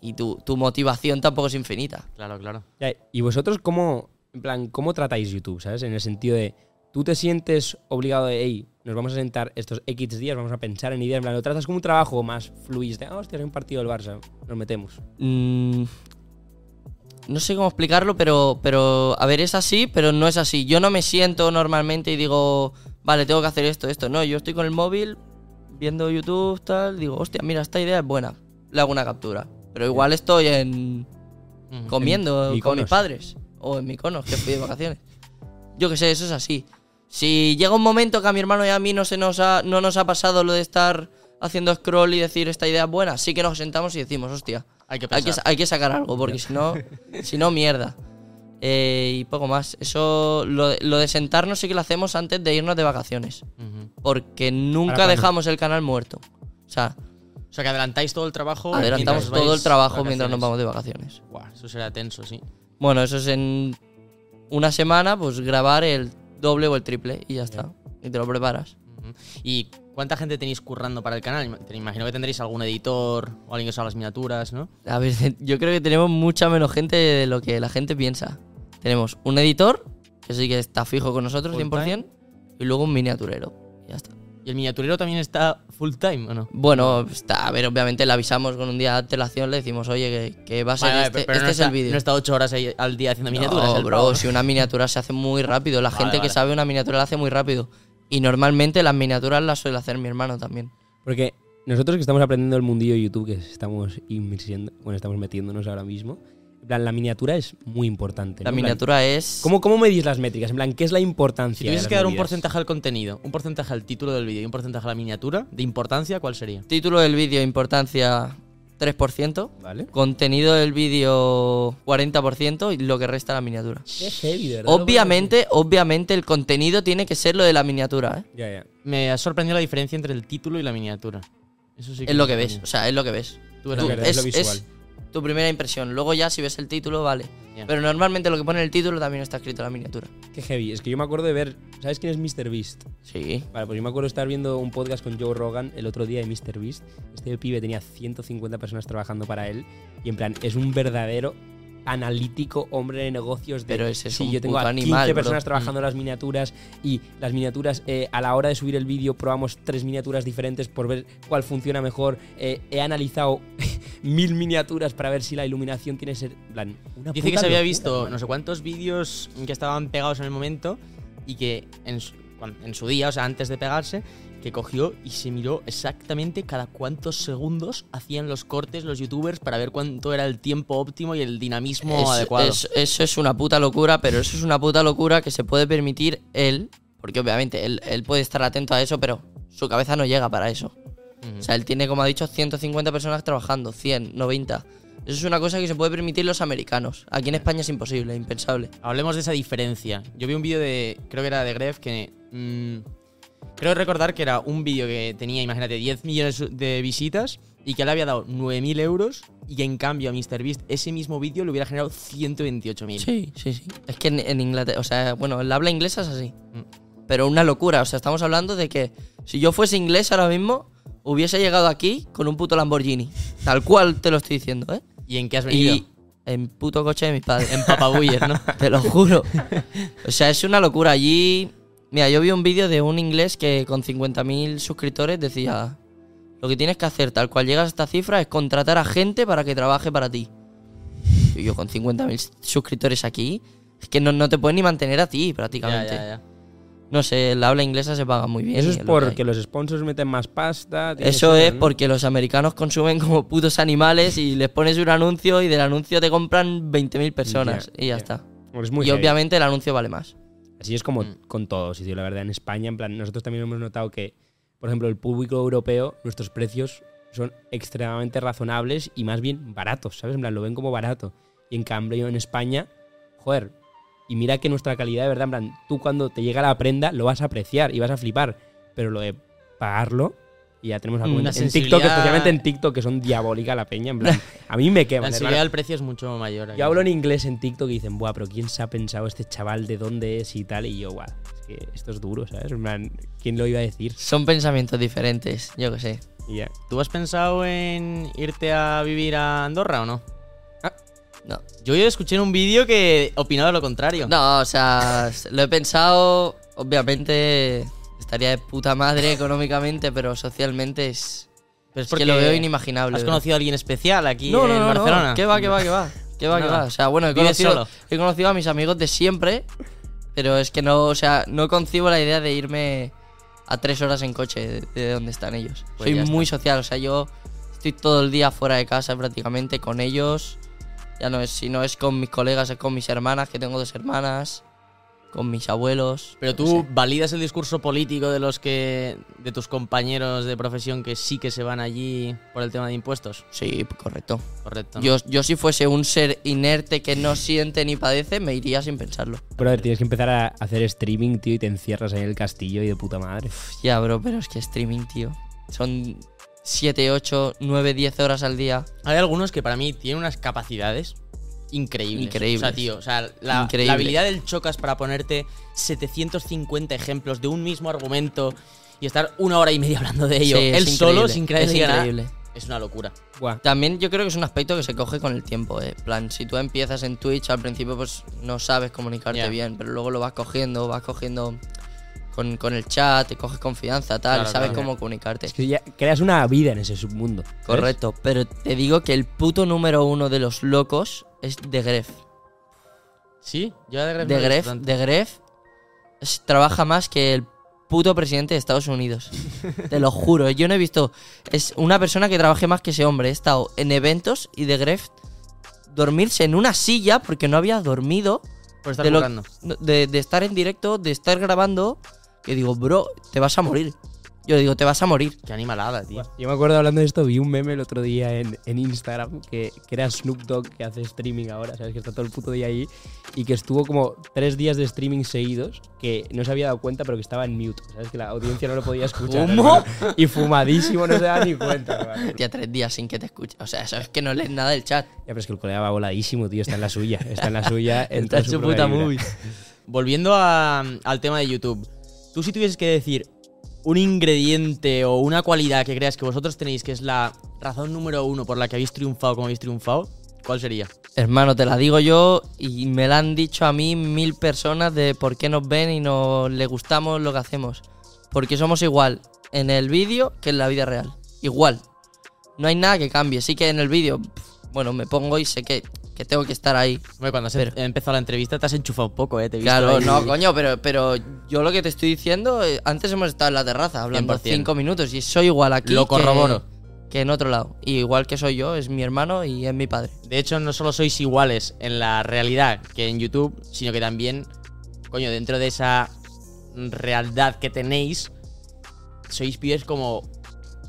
Speaker 1: y- y tu, tu motivación tampoco es infinita.
Speaker 2: Claro, claro.
Speaker 3: Ya, ¿Y vosotros cómo, en plan, cómo tratáis YouTube, sabes? En el sentido de, tú te sientes obligado de, hey, nos vamos a sentar estos X días, vamos a pensar en ideas, en plan, lo tratas como un trabajo o más fluís de, ah, hostia, hay un partido del Barça, nos metemos.
Speaker 1: Mm, no sé cómo explicarlo, pero, pero a ver, es así, pero no es así. Yo no me siento normalmente y digo, vale, tengo que hacer esto, esto. No, yo estoy con el móvil viendo YouTube, tal, digo, hostia, mira, esta idea es buena. Le hago una captura. Pero igual estoy en
Speaker 2: Ujú.
Speaker 1: comiendo con
Speaker 3: Mykonos.
Speaker 1: mis padres o en Miconos, que fui de vacaciones. Yo qué sé, eso es así. Si llega un momento que a mi hermano y a mí no, se nos ha, no nos ha pasado lo de estar haciendo scroll y decir esta idea es buena, sí que nos sentamos y decimos, hostia,
Speaker 2: Hay que
Speaker 1: hay que,
Speaker 2: pensar.
Speaker 1: sa- hay que sacar algo, porque si no, si no, mierda. Eh, y poco más. Eso, lo, de- lo de sentarnos sí que lo hacemos antes de irnos de vacaciones.
Speaker 2: Ujú.
Speaker 1: Porque nunca
Speaker 3: cuándo?
Speaker 1: dejamos el canal muerto. O sea,
Speaker 2: O sea, que adelantáis todo el trabajo.
Speaker 1: adelantamos
Speaker 2: Oh, mientras
Speaker 1: todo
Speaker 2: vais
Speaker 1: el trabajo mientras
Speaker 2: vacaciones.
Speaker 1: nos vamos de vacaciones.
Speaker 2: Buah, eso será tenso, sí.
Speaker 1: Bueno, eso es en una semana, pues grabar el doble o el triple y ya está. Y te lo preparas.
Speaker 2: Ujú. ¿Y cuánta gente tenéis currando para el canal? Ima- Te imagino que tendréis algún editor o alguien que os haga las miniaturas, ¿no?
Speaker 1: A ver, yo creo que tenemos mucha menos gente de lo que la gente piensa. Tenemos un editor, que sí que está fijo con nosotros
Speaker 2: Full
Speaker 1: 100%, y luego un miniaturero. Ya está.
Speaker 2: ¿Y el miniaturero también está full time o no?
Speaker 1: Bueno, está, a ver, obviamente le avisamos con un día de antelación, le decimos, oye, que, que va a ser
Speaker 2: Vale, vale,
Speaker 1: este,
Speaker 2: pero
Speaker 1: este
Speaker 2: no
Speaker 1: es
Speaker 2: está-
Speaker 1: el vídeo.
Speaker 2: No está ocho horas ahí al día haciendo miniaturas.
Speaker 1: No,
Speaker 2: el
Speaker 1: bro,
Speaker 2: pavo.
Speaker 1: si una miniatura se hace muy rápido, la
Speaker 2: Vale,
Speaker 1: gente
Speaker 2: vale.
Speaker 1: que sabe una miniatura la hace muy rápido. Y normalmente las miniaturas las suele hacer mi hermano también.
Speaker 3: Porque nosotros que estamos aprendiendo el mundillo de YouTube, que estamos inmersiendo, bueno, estamos metiéndonos ahora mismo, en plan, la miniatura es muy importante.
Speaker 1: La
Speaker 3: ¿no? En plan,
Speaker 1: miniatura es...
Speaker 3: ¿Cómo, ¿Cómo medís las métricas? En plan, ¿qué es la importancia?
Speaker 2: Si
Speaker 3: de
Speaker 2: tuvieses
Speaker 3: las
Speaker 2: que dar un
Speaker 3: movidas?
Speaker 2: porcentaje al contenido, un porcentaje al título del vídeo y un porcentaje a la miniatura, de importancia, ¿cuál sería?
Speaker 1: Título del vídeo, importancia 3%.
Speaker 3: ¿Vale?
Speaker 1: Contenido del vídeo 40% y lo que resta la miniatura.
Speaker 3: Qué heavy, ¿verdad?
Speaker 1: Obviamente, obviamente el contenido tiene que ser lo de la miniatura, ¿eh?
Speaker 3: Ya, ya.
Speaker 2: Me ha sorprendido la diferencia entre el título y la miniatura. Eso sí
Speaker 1: Es lo
Speaker 2: me
Speaker 1: que ves,
Speaker 2: sorprende.
Speaker 1: o sea, es lo que ves.
Speaker 2: Tú eres
Speaker 1: Tú-
Speaker 2: la verdad.
Speaker 3: es lo visual.
Speaker 1: tu primera impresión. Luego ya si ves el título, vale.
Speaker 2: Ya.
Speaker 1: Pero normalmente lo que pone en el título también está escrito en la miniatura.
Speaker 3: Qué heavy. Es que yo me acuerdo de ver. ¿Sabes quién es Mr. Beast?
Speaker 1: Sí.
Speaker 3: Vale, pues yo me acuerdo estar viendo un podcast con Joe Rogan el otro día de Mr. Beast. Este pibe tenía 150 personas trabajando para él. Y en plan, es un verdadero analítico hombre de negocios de
Speaker 1: Pero ese es
Speaker 3: "Sí,
Speaker 1: un
Speaker 3: yo tengo
Speaker 1: puto
Speaker 3: a
Speaker 1: animal, bro". Mm.
Speaker 3: personas trabajando las miniaturas y las miniaturas eh, a la hora de subir el vídeo probamos tres miniaturas diferentes por ver cuál funciona mejor Eh, he analizado mil miniaturas para ver si la iluminación tiene ser en plan, una
Speaker 2: Dice que
Speaker 3: puta
Speaker 2: se había
Speaker 3: locura,
Speaker 2: visto
Speaker 3: hermano.
Speaker 2: no sé cuántos vídeos que estaban pegados en el momento y que en su- cuan- en su día, o sea, antes de pegarse, que cogió y se miró exactamente cada cuántos segundos hacían los cortes los youtubers para ver cuánto era el tiempo óptimo y el dinamismo
Speaker 1: Es-
Speaker 2: adecuado.
Speaker 1: es- eso es una puta locura, pero eso es una puta locura que se puede permitir él, porque obviamente él, él puede estar atento a eso, pero su cabeza no llega para eso. O sea, él tiene, como ha dicho, 150 personas trabajando, 100, 90. Eso es una cosa que se puede permitir los americanos. Aquí en España es imposible, impensable.
Speaker 2: Hablemos de esa diferencia. Yo vi un vídeo de. Creo que era de Gref que. mm, creo recordar que era un vídeo que tenía, imagínate, 10 millones de visitas y que le había dado 9.000 euros y que en cambio a MrBeast ese mismo vídeo le hubiera generado 128.000.
Speaker 1: Sí, sí, sí. Es que en, en Inglaterra, o sea, bueno, el habla inglesa es así. Pero una locura, o sea, estamos hablando de que si yo fuese inglés ahora mismo, hubiese llegado aquí con un puto Lamborghini. Tal cual te lo estoy diciendo, ¿eh?
Speaker 2: ¿Y en qué has venido?
Speaker 1: Y en puto coche de mis padres.
Speaker 2: En Papabuyer, ¿no?
Speaker 1: Te lo juro. O sea, es una locura. Allí. Mira, yo vi un vídeo de un inglés que con 50.000 suscriptores decía: Lo que tienes que hacer, tal cual llegas a esta cifra, es contratar a gente para que trabaje para ti. Y yo con 50.000 suscriptores aquí, es que no, no te pueden ni mantener a ti
Speaker 2: Ya,
Speaker 1: prácticamente.
Speaker 2: ya, ya.
Speaker 1: No sé, el habla inglesa se paga muy bien.
Speaker 3: Eso
Speaker 1: y
Speaker 3: es
Speaker 1: lo que hay.
Speaker 3: porque los sponsors meten más pasta. tiene
Speaker 1: Eso
Speaker 3: que
Speaker 1: es
Speaker 3: ser, ¿no?
Speaker 1: porque los americanos consumen como putos animales y les pones un anuncio y del anuncio te compran 20.000 personas
Speaker 3: Ya,
Speaker 1: y ya
Speaker 3: ya.
Speaker 1: está.
Speaker 3: Bueno, Es muy
Speaker 1: y
Speaker 3: heavy.
Speaker 1: obviamente el anuncio vale más.
Speaker 3: Así es
Speaker 2: Mm.
Speaker 3: como con todos, tío, la verdad. En España, en plan, nosotros también hemos notado que, por ejemplo, el público europeo, nuestros precios son extremadamente razonables y más bien baratos, ¿sabes? En plan, lo ven como barato. Y en cambio, en España, joder, y mira que nuestra calidad, de verdad, en plan, tú cuando te llega la prenda lo vas a apreciar y vas a flipar, pero lo de pagarlo, y ya tenemos la
Speaker 2: Mm,
Speaker 3: cuenta.
Speaker 2: la
Speaker 3: En TikTok,
Speaker 2: sensibilidad-
Speaker 3: especialmente en TikTok, que son diabólica la peña, en plan, a mí me
Speaker 2: La
Speaker 3: quema.
Speaker 2: sensibilidad al precio es mucho mayor. aquí.
Speaker 3: Yo hablo en inglés en TikTok y dicen, buah, pero ¿quién se ha pensado este chaval de dónde es y tal? Y yo, guau, es que esto es duro, ¿sabes? En plan, ¿quién lo iba a decir?
Speaker 1: Son pensamientos diferentes, yo que sé.
Speaker 3: Y ya.
Speaker 2: ¿Tú has pensado en irte a vivir a Andorra o no?
Speaker 1: No.
Speaker 2: Yo yo escuché en un vídeo que opinaba lo contrario.
Speaker 1: No, o sea, s- lo he pensado. Obviamente estaría de puta madre económicamente, pero socialmente es.
Speaker 2: Pero es
Speaker 1: es que lo
Speaker 2: porque
Speaker 1: veo inimaginable.
Speaker 2: ¿Has
Speaker 1: bro.
Speaker 2: conocido a alguien especial aquí
Speaker 1: no,
Speaker 2: en
Speaker 1: no, no, no.
Speaker 2: Barcelona?
Speaker 1: ¿Qué va, qué va, qué va? ¿Qué va, qué
Speaker 2: Nada.
Speaker 1: va? O sea, bueno, he
Speaker 2: Vives
Speaker 1: conocido,
Speaker 2: solo.
Speaker 1: he conocido a mis amigos de siempre, pero es que no, o sea, no concibo la idea de irme a tres horas en coche de, de donde están ellos.
Speaker 2: Pues ya
Speaker 1: Soy
Speaker 2: está.
Speaker 1: muy social, o sea, yo estoy todo el día fuera de casa prácticamente con ellos. Ya no es, si no es con mis colegas, es con mis hermanas, que tengo dos hermanas, con mis abuelos.
Speaker 2: Pero
Speaker 1: yo qué
Speaker 2: tú
Speaker 1: sé.
Speaker 2: validas el discurso político de los que de tus compañeros de profesión que sí que se van allí por el tema de impuestos,
Speaker 1: Sí, correcto.
Speaker 2: correcto. ¿no?
Speaker 1: Yo, yo si fuese un ser inerte que no siente ni padece, me iría sin pensarlo.
Speaker 3: Pero a ver, tienes que empezar a hacer streaming, tío, y te encierras ahí en el castillo y de puta madre.
Speaker 1: Ya, bro, pero es que streaming, tío. Son 7, 8, 9, 10 horas al día.
Speaker 2: hay algunos que para mí tienen unas capacidades increíbles.
Speaker 1: Increíbles.
Speaker 2: O sea, tío, o sea, la,
Speaker 1: Increíbles.
Speaker 2: la habilidad del chocas para ponerte 750 ejemplos de un mismo argumento y estar una hora y media hablando de ello
Speaker 1: Sí, es
Speaker 2: él solo
Speaker 1: increíble,
Speaker 2: sin creer
Speaker 1: es
Speaker 2: ni nada,
Speaker 1: increíble.
Speaker 2: es una locura.
Speaker 3: Guau.
Speaker 1: También yo creo que es un aspecto que se coge con el tiempo, eh. En plan, si tú empiezas en Twitch, al principio pues no sabes comunicarte
Speaker 2: Ya.
Speaker 1: bien, pero luego lo vas cogiendo, vas cogiendo con, con el chat, te coges confianza, tal,
Speaker 2: Claro,
Speaker 1: sabes
Speaker 2: claro.
Speaker 1: cómo comunicarte.
Speaker 3: Es que ya creas una vida en ese submundo. ¿sabes?
Speaker 1: Correcto, pero te digo que el puto número uno de los locos es de Gref.
Speaker 2: Sí, yo de Gref no
Speaker 1: De
Speaker 2: lo he visto
Speaker 1: Gref,
Speaker 2: tanto.
Speaker 1: de Gref es- trabaja más que el puto presidente de Estados Unidos. Te lo juro, yo no he visto. Es una persona que trabaje más que ese hombre. He estado en eventos y de Gref dormirse en una silla porque no había dormido.
Speaker 2: por estar
Speaker 1: de, lo-
Speaker 2: currando.
Speaker 1: de- de estar en directo, de estar grabando. Que digo, bro, te vas a morir. Yo le digo, te vas a morir.
Speaker 2: Qué animalada, tío.
Speaker 3: Yo me acuerdo hablando de esto, vi un meme el otro día en, en Instagram que, que era Snoop Dogg que hace streaming ahora, ¿sabes? Que está todo el puto día ahí y que estuvo como tres días de streaming seguidos que no se había dado cuenta, pero que estaba en mute, ¿sabes? Que la audiencia no lo podía escuchar.
Speaker 1: ¿Cómo?
Speaker 3: hermano. Y fumadísimo, no se daba ni cuenta, hermano. Ya,
Speaker 1: Tía, tres días sin que te escuche. O sea, sabes que no lees nada del chat.
Speaker 3: pero es que el colega va voladísimo, tío, está en la suya, está en la suya.
Speaker 1: Está
Speaker 3: toda
Speaker 1: en su
Speaker 3: propia
Speaker 1: puta
Speaker 3: vibra.
Speaker 1: movie.
Speaker 2: Volviendo a- al tema de YouTube, tú si tuvieses que decir un ingrediente o una cualidad que creas que vosotros tenéis, que es la razón número uno por la que habéis triunfado como habéis triunfado, ¿cuál sería?
Speaker 1: Hermano, te la digo yo y me la han dicho a mí mil personas de por qué nos ven y nos le gustamos lo que hacemos. Porque somos igual en el vídeo que en la vida real. Igual. No hay nada que cambie. Sí que en el vídeo, pf, bueno, me pongo y sé que que tengo que estar ahí.
Speaker 2: Hombre, cuando has em- empezado la entrevista te has enchufado un poco, ¿eh? Te he visto
Speaker 1: Claro,
Speaker 2: ahí.
Speaker 1: no, coño, pero, pero yo lo que te estoy diciendo, eh, antes hemos estado en la terraza hablando
Speaker 2: 100%.
Speaker 1: cinco minutos y soy igual aquí
Speaker 2: Lo
Speaker 1: que-
Speaker 2: corroboro.
Speaker 1: Que, en otro lado. Y igual que soy yo, es mi hermano y es mi padre.
Speaker 2: De hecho, no solo sois iguales en la realidad que en YouTube, sino que también, coño, dentro de esa realidad que tenéis, sois pies como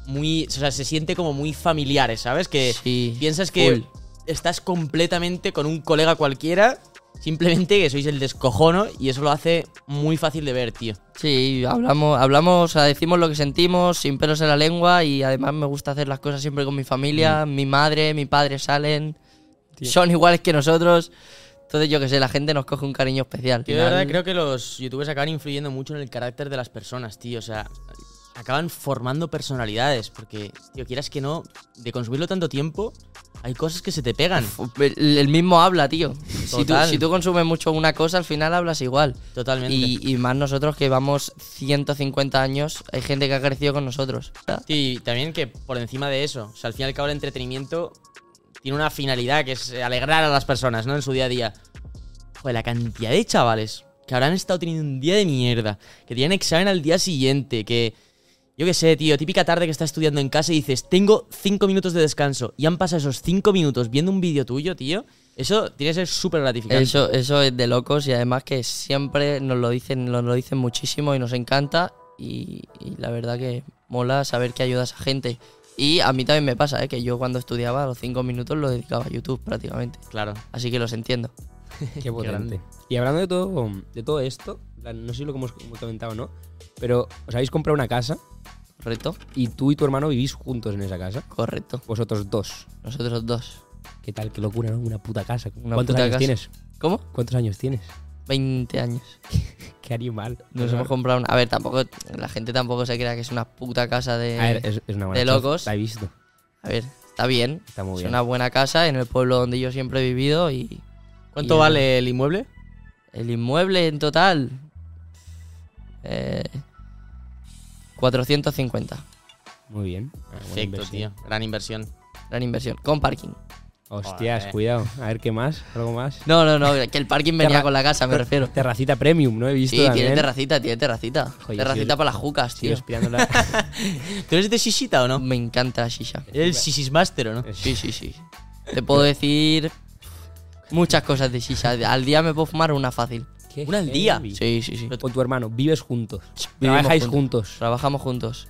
Speaker 2: muy. O sea, se siente como muy familiares, ¿sabes? Que
Speaker 1: Sí,
Speaker 2: Eh, piensas que
Speaker 1: full.
Speaker 2: estás completamente con un colega cualquiera, simplemente que sois el descojono y eso lo hace muy fácil de ver, tío.
Speaker 1: Sí, hablamos, hablamos, o sea, decimos lo que sentimos, sin pelos en la lengua y además me gusta hacer las cosas siempre con mi familia,
Speaker 2: Mm.
Speaker 1: mi madre, mi padre salen, son iguales que nosotros. Entonces, yo que sé, la gente nos coge un cariño especial.
Speaker 2: Yo de verdad
Speaker 1: Final-
Speaker 2: creo que los youtubers acaban influyendo mucho en el carácter de las personas, tío. O sea, acaban formando personalidades. Porque, tío, quieras que no, de consumirlo tanto tiempo, hay cosas que se te pegan.
Speaker 1: El, el mismo habla, tío. Si tú,
Speaker 2: Total.
Speaker 1: si tú consumes mucho una cosa, al final hablas igual.
Speaker 2: Totalmente.
Speaker 1: Y, y más nosotros que vamos 150 años, hay gente que ha crecido con nosotros.
Speaker 2: Tío, y también que por encima de eso, o sea, al fin y al cabo el entretenimiento tiene una finalidad, que es alegrar a las personas, ¿no? En su día a día. Joder, la cantidad de chavales que habrán estado teniendo un día de mierda, que tienen examen al día siguiente, que... Yo qué sé, tío, típica tarde que estás estudiando en casa y dices, tengo cinco minutos de descanso, y han pasado esos cinco minutos viendo un vídeo tuyo, tío. Eso tiene que ser súper gratificante.
Speaker 1: Eso, eso es de locos y además que siempre nos lo dicen, nos lo dicen muchísimo y nos encanta. Y, y la verdad que mola saber que ayudas a gente. Y a mí también me pasa, ¿eh? que yo cuando estudiaba a los 5 minutos lo dedicaba a YouTube prácticamente.
Speaker 2: Claro.
Speaker 1: Así que los entiendo.
Speaker 3: Qué potente.
Speaker 2: grande.
Speaker 3: Y hablando de todo, de todo esto, la- no sé si lo que hemos hemos comentado o no, pero os habéis comprado una casa
Speaker 1: ¿Correcto?
Speaker 3: y tú y tu hermano vivís juntos en esa casa.
Speaker 1: Correcto.
Speaker 3: Vosotros dos.
Speaker 1: Nosotros dos.
Speaker 3: ¿Qué tal? Qué locura, ¿no? Una puta casa.
Speaker 1: Una
Speaker 3: ¿Cuántos
Speaker 1: puta
Speaker 3: años
Speaker 1: casa.
Speaker 3: tienes?
Speaker 1: ¿Cómo?
Speaker 3: ¿Cuántos años tienes?
Speaker 1: 20 años.
Speaker 3: Qué animal.
Speaker 1: Nos hemos comprado una. A ver, tampoco. La gente tampoco se crea que es una puta casa de.
Speaker 3: A ver, es, es una buena
Speaker 1: de
Speaker 3: chaf,
Speaker 1: locos.
Speaker 3: La he visto.
Speaker 1: A ver, está bien.
Speaker 3: Está muy
Speaker 1: es
Speaker 3: bien.
Speaker 1: una buena casa en el pueblo donde yo siempre he vivido y.
Speaker 2: ¿Cuánto
Speaker 1: y el-
Speaker 2: vale el inmueble?
Speaker 1: El inmueble en total. Eh, 450.
Speaker 3: Muy bien. Ah, Buena
Speaker 2: Perfecto,
Speaker 3: inversión.
Speaker 2: tío. Gran inversión.
Speaker 1: Gran inversión. Con parking.
Speaker 3: Hostias,
Speaker 2: Joder.
Speaker 3: cuidado. A ver, ¿qué más? ¿Algo más?
Speaker 1: No, no, no. Que el parking venía
Speaker 3: Terra-
Speaker 1: con la casa, me refiero.
Speaker 3: Terracita premium, ¿no? He visto
Speaker 1: Sí,
Speaker 3: también.
Speaker 1: tiene terracita, tiene terracita.
Speaker 3: Joder,
Speaker 1: terracita
Speaker 3: sí,
Speaker 1: para las jucas,
Speaker 3: Sí,
Speaker 1: tío.
Speaker 3: respirando la...
Speaker 2: ¿Tú eres de Shishita o no?
Speaker 1: Me encanta la shisha.
Speaker 2: Eres el Shishis Master o no?
Speaker 1: Sí, sí, sí. Te puedo decir muchas cosas de shisha. Al día me puedo fumar una fácil.
Speaker 3: Qué
Speaker 2: Una al día.
Speaker 3: heavy.
Speaker 1: Sí, sí, sí.
Speaker 3: Con tu hermano, vives juntos.
Speaker 1: Vivimos
Speaker 3: Trabajáis juntos.
Speaker 1: Trabajamos juntos.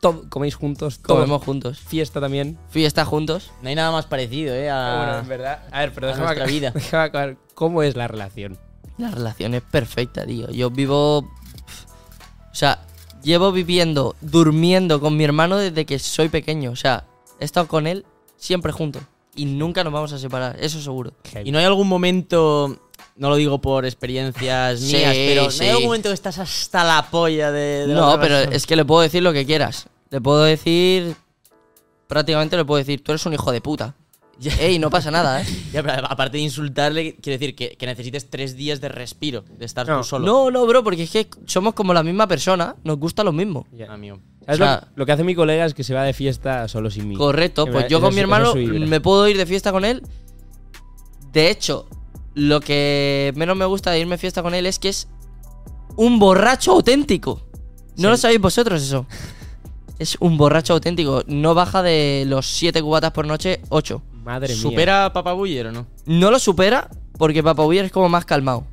Speaker 3: to- coméis juntos. todo.
Speaker 1: Comemos juntos.
Speaker 3: Fiesta también.
Speaker 1: Fiesta juntos.
Speaker 2: No hay nada más parecido, ¿eh? A...
Speaker 3: verdad. A ver, pero
Speaker 2: a
Speaker 3: déjame
Speaker 2: nuestra
Speaker 3: acabar,
Speaker 2: vida.
Speaker 3: déjame acabar. ¿Cómo es la relación?
Speaker 1: La relación es perfecta, tío. Yo vivo. O sea, llevo viviendo, durmiendo con mi hermano desde que soy pequeño. O sea, he estado con él siempre juntos. Y nunca nos vamos a separar, eso seguro.
Speaker 2: ¿Y no hay algún momento, no lo digo por experiencias
Speaker 1: Sí,
Speaker 2: mías, pero
Speaker 1: sí.
Speaker 2: ¿no hay algún momento que estás hasta la polla de... de la
Speaker 1: No,
Speaker 2: otra
Speaker 1: pero
Speaker 2: persona?
Speaker 1: es que le puedo decir lo que quieras. Le puedo decir. Prácticamente le puedo decir, tú eres un hijo de puta. Ey, no pasa nada, ¿eh?
Speaker 2: Ya, pero aparte de insultarle, quiero decir que, que necesites tres días de respiro, de estar
Speaker 3: No,
Speaker 2: tú solo.
Speaker 1: No, no, bro, porque es que somos como la misma persona, nos gusta lo mismo.
Speaker 3: Ya.
Speaker 2: Amigo.
Speaker 3: ¿Sabes
Speaker 1: o sea-
Speaker 3: lo, lo que hace mi colega es que se va de fiesta solo sin mí.
Speaker 1: Correcto,
Speaker 3: Que
Speaker 1: pues
Speaker 3: va-
Speaker 1: yo
Speaker 3: esa
Speaker 1: con
Speaker 3: es-
Speaker 1: mi
Speaker 3: esa
Speaker 1: hermano
Speaker 3: es su vibra.
Speaker 1: me puedo ir de fiesta con él. De hecho, lo que menos me gusta de irme de fiesta con él es que es un borracho auténtico. No lo sabéis vosotros eso. Es un borracho auténtico. No baja de los 7 cubatas por noche, 8.
Speaker 3: Madre mía.
Speaker 2: ¿Supera a Papa Buller o no?
Speaker 1: No lo supera porque Papa Uyer es como más calmado.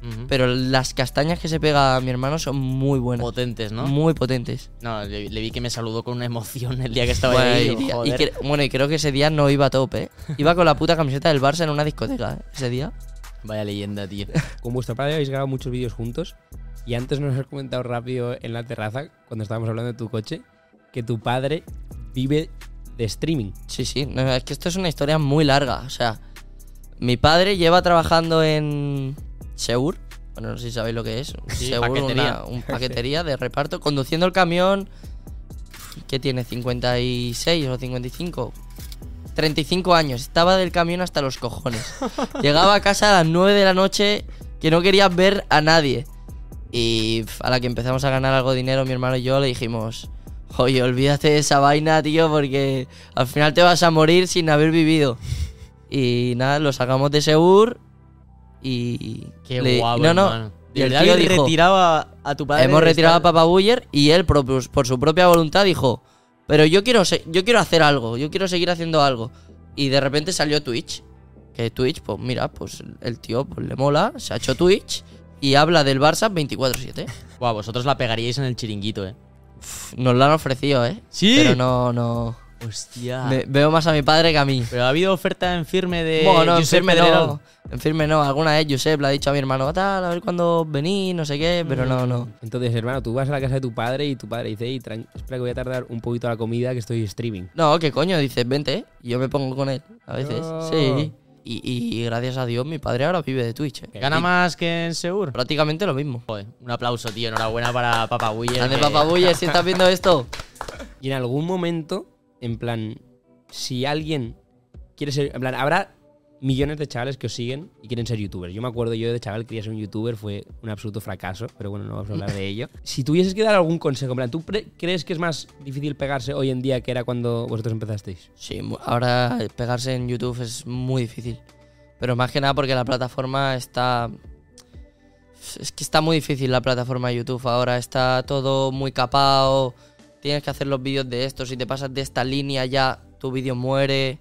Speaker 2: Ujú.
Speaker 1: Pero las castañas que se pega a mi hermano son muy buenas.
Speaker 2: Potentes, ¿no?
Speaker 1: Muy potentes.
Speaker 2: No, le, le vi que me saludó con una emoción el día que estaba
Speaker 1: Bueno,
Speaker 2: ahí.
Speaker 1: y,
Speaker 2: digo,
Speaker 1: día- y
Speaker 2: joder.
Speaker 1: cre- bueno, y creo que ese día no iba a tope. ¿eh? Iba con la puta camiseta del Barça en una discoteca ¿eh? ese día.
Speaker 2: Vaya leyenda, tío.
Speaker 3: Con vuestro padre habéis grabado muchos vídeos juntos. Y antes nos has comentado rápido en la terraza, cuando estábamos hablando de tu coche, que tu padre vive de streaming.
Speaker 1: Sí, sí, no, es que esto es una historia muy larga. O sea, mi padre lleva trabajando en Seur. Bueno, no sé si sabéis lo que es.
Speaker 2: Sí,
Speaker 1: Seur,
Speaker 2: paquetería.
Speaker 1: una- un paquetería de reparto, conduciendo el camión que tiene 56 o 55. 35 años, estaba del camión hasta los cojones. Llegaba a casa a las 9 de la noche que no quería ver a nadie. Y pf, a la que empezamos a ganar algo de dinero, mi hermano y yo le dijimos, oye, olvídate de esa vaina, tío, porque al final te vas a morir sin haber vivido. Y nada, lo sacamos de Segur y.
Speaker 2: Qué
Speaker 1: le-
Speaker 2: guapo,
Speaker 1: No, no.
Speaker 2: hermano.
Speaker 1: y el
Speaker 6: verdad
Speaker 1: tío
Speaker 6: habéis
Speaker 1: dijo,
Speaker 6: retirado a, a tu padre.
Speaker 1: hemos
Speaker 6: de
Speaker 1: retirado a
Speaker 6: estar-
Speaker 1: Papa Buller y él propio- por su propia voluntad dijo, pero yo quiero, se- yo quiero hacer algo, yo quiero seguir haciendo algo. Y de repente salió Twitch. Que Twitch, pues mira, pues el tío pues, le mola, se ha hecho Twitch y habla del Barça 24-7.
Speaker 2: Guau, vosotros la pegaríais en el chiringuito, eh.
Speaker 1: Pff, Nos lo han ofrecido, ¿eh?
Speaker 2: Sí. Ah.
Speaker 1: Pero no, no.
Speaker 2: Hostia.
Speaker 1: Ve- veo más a mi padre que a mí.
Speaker 2: Pero ha habido oferta en firme de.
Speaker 1: Bueno, no, en
Speaker 2: Eh, Josep
Speaker 1: firme
Speaker 2: Pedrerol.
Speaker 1: no. En firme no. Alguna vez Josep le ha dicho a mi hermano, tal, a ver cuándo venís, no sé qué, pero no, no.
Speaker 3: Entonces, hermano, tú vas a la casa de tu padre y tu padre dice, "Ey, tran- espera que voy a tardar un poquito a la comida que estoy streaming.
Speaker 1: No, ¿qué coño? Dices, vente, eh, y yo me pongo con él. A veces,
Speaker 2: Oh.
Speaker 3: No.
Speaker 1: sí. Y, y gracias a Dios, mi padre ahora vive de Twitch. eh.
Speaker 2: Gana
Speaker 1: Y
Speaker 2: más que en Segur.
Speaker 1: Prácticamente lo mismo.
Speaker 2: Joder, un aplauso, tío. Enhorabuena para Papa Willer.
Speaker 1: Grande
Speaker 2: que-
Speaker 1: papá Buller, si estás viendo esto.
Speaker 3: Y en algún momento, en plan, si alguien quiere ser. En plan, habrá millones de chavales que os siguen y quieren ser youtubers. Yo me acuerdo, yo de chaval quería ser un youtuber, fue un absoluto fracaso, pero bueno, no vamos a hablar de ello. Si tuvieses que dar algún consejo, en plan, ¿tú pre- crees que es más difícil pegarse hoy en día que era cuando vosotros empezasteis?
Speaker 1: Sí, mu- ahora pegarse en YouTube es muy difícil. Pero más que nada porque la plataforma está... Es que está muy difícil la plataforma de YouTube ahora. Está todo muy capado. Tienes que hacer los vídeos de esto. Si te pasas de esta línea ya tu vídeo muere.